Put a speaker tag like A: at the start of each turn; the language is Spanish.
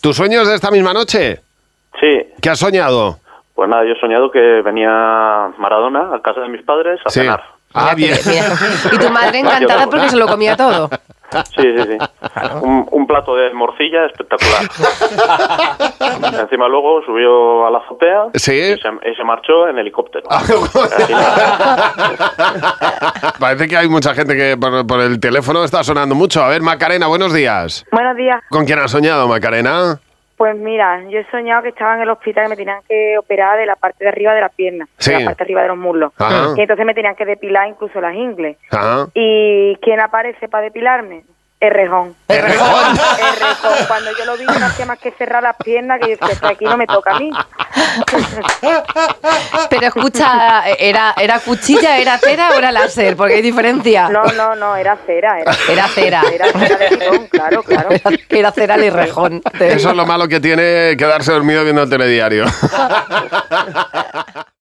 A: ¿Tus sueños de esta misma noche?
B: Sí,
A: ¿Qué has soñado?
B: pues nada, yo he soñado que venía Maradona a casa de mis padres a cenar.
A: Ah, bien.
C: Mira, Y tu madre encantada porque se lo comía todo.
B: Sí, sí, sí. Un, un plato de morcilla espectacular. Encima luego subió a la azotea
A: Sí.
B: y, se, y se marchó en helicóptero. Así
A: Parece que hay mucha gente que por, por el teléfono está sonando mucho. A ver, Macarena, buenos días.
D: Buenos días.
A: ¿Con quién has soñado, Macarena?
D: Pues mira, yo he soñado que estaba en el hospital y me tenían que operar de la parte de arriba de la pierna,
A: Sí.
D: de la parte de arriba de los muslos.
A: Ajá.
D: Y entonces me tenían que depilar incluso las ingles.
A: Ah.
D: ¿Y quién aparece para depilarme? Errejón.
A: Errejón.
D: Errejón. Cuando yo lo vi, no hacía más que cerrar las piernas, que yo decía, "Esto aquí no me toca a mí.
C: Pero escucha, ¿era, era cuchilla, era cera o era láser? Porque hay diferencia.
D: No, no, no, era cera. Era,
C: Era cera.
D: Era cera de limón, claro, claro.
C: Era, era cera y rejón.
A: Eso es lo malo que tiene quedarse dormido viendo el telediario.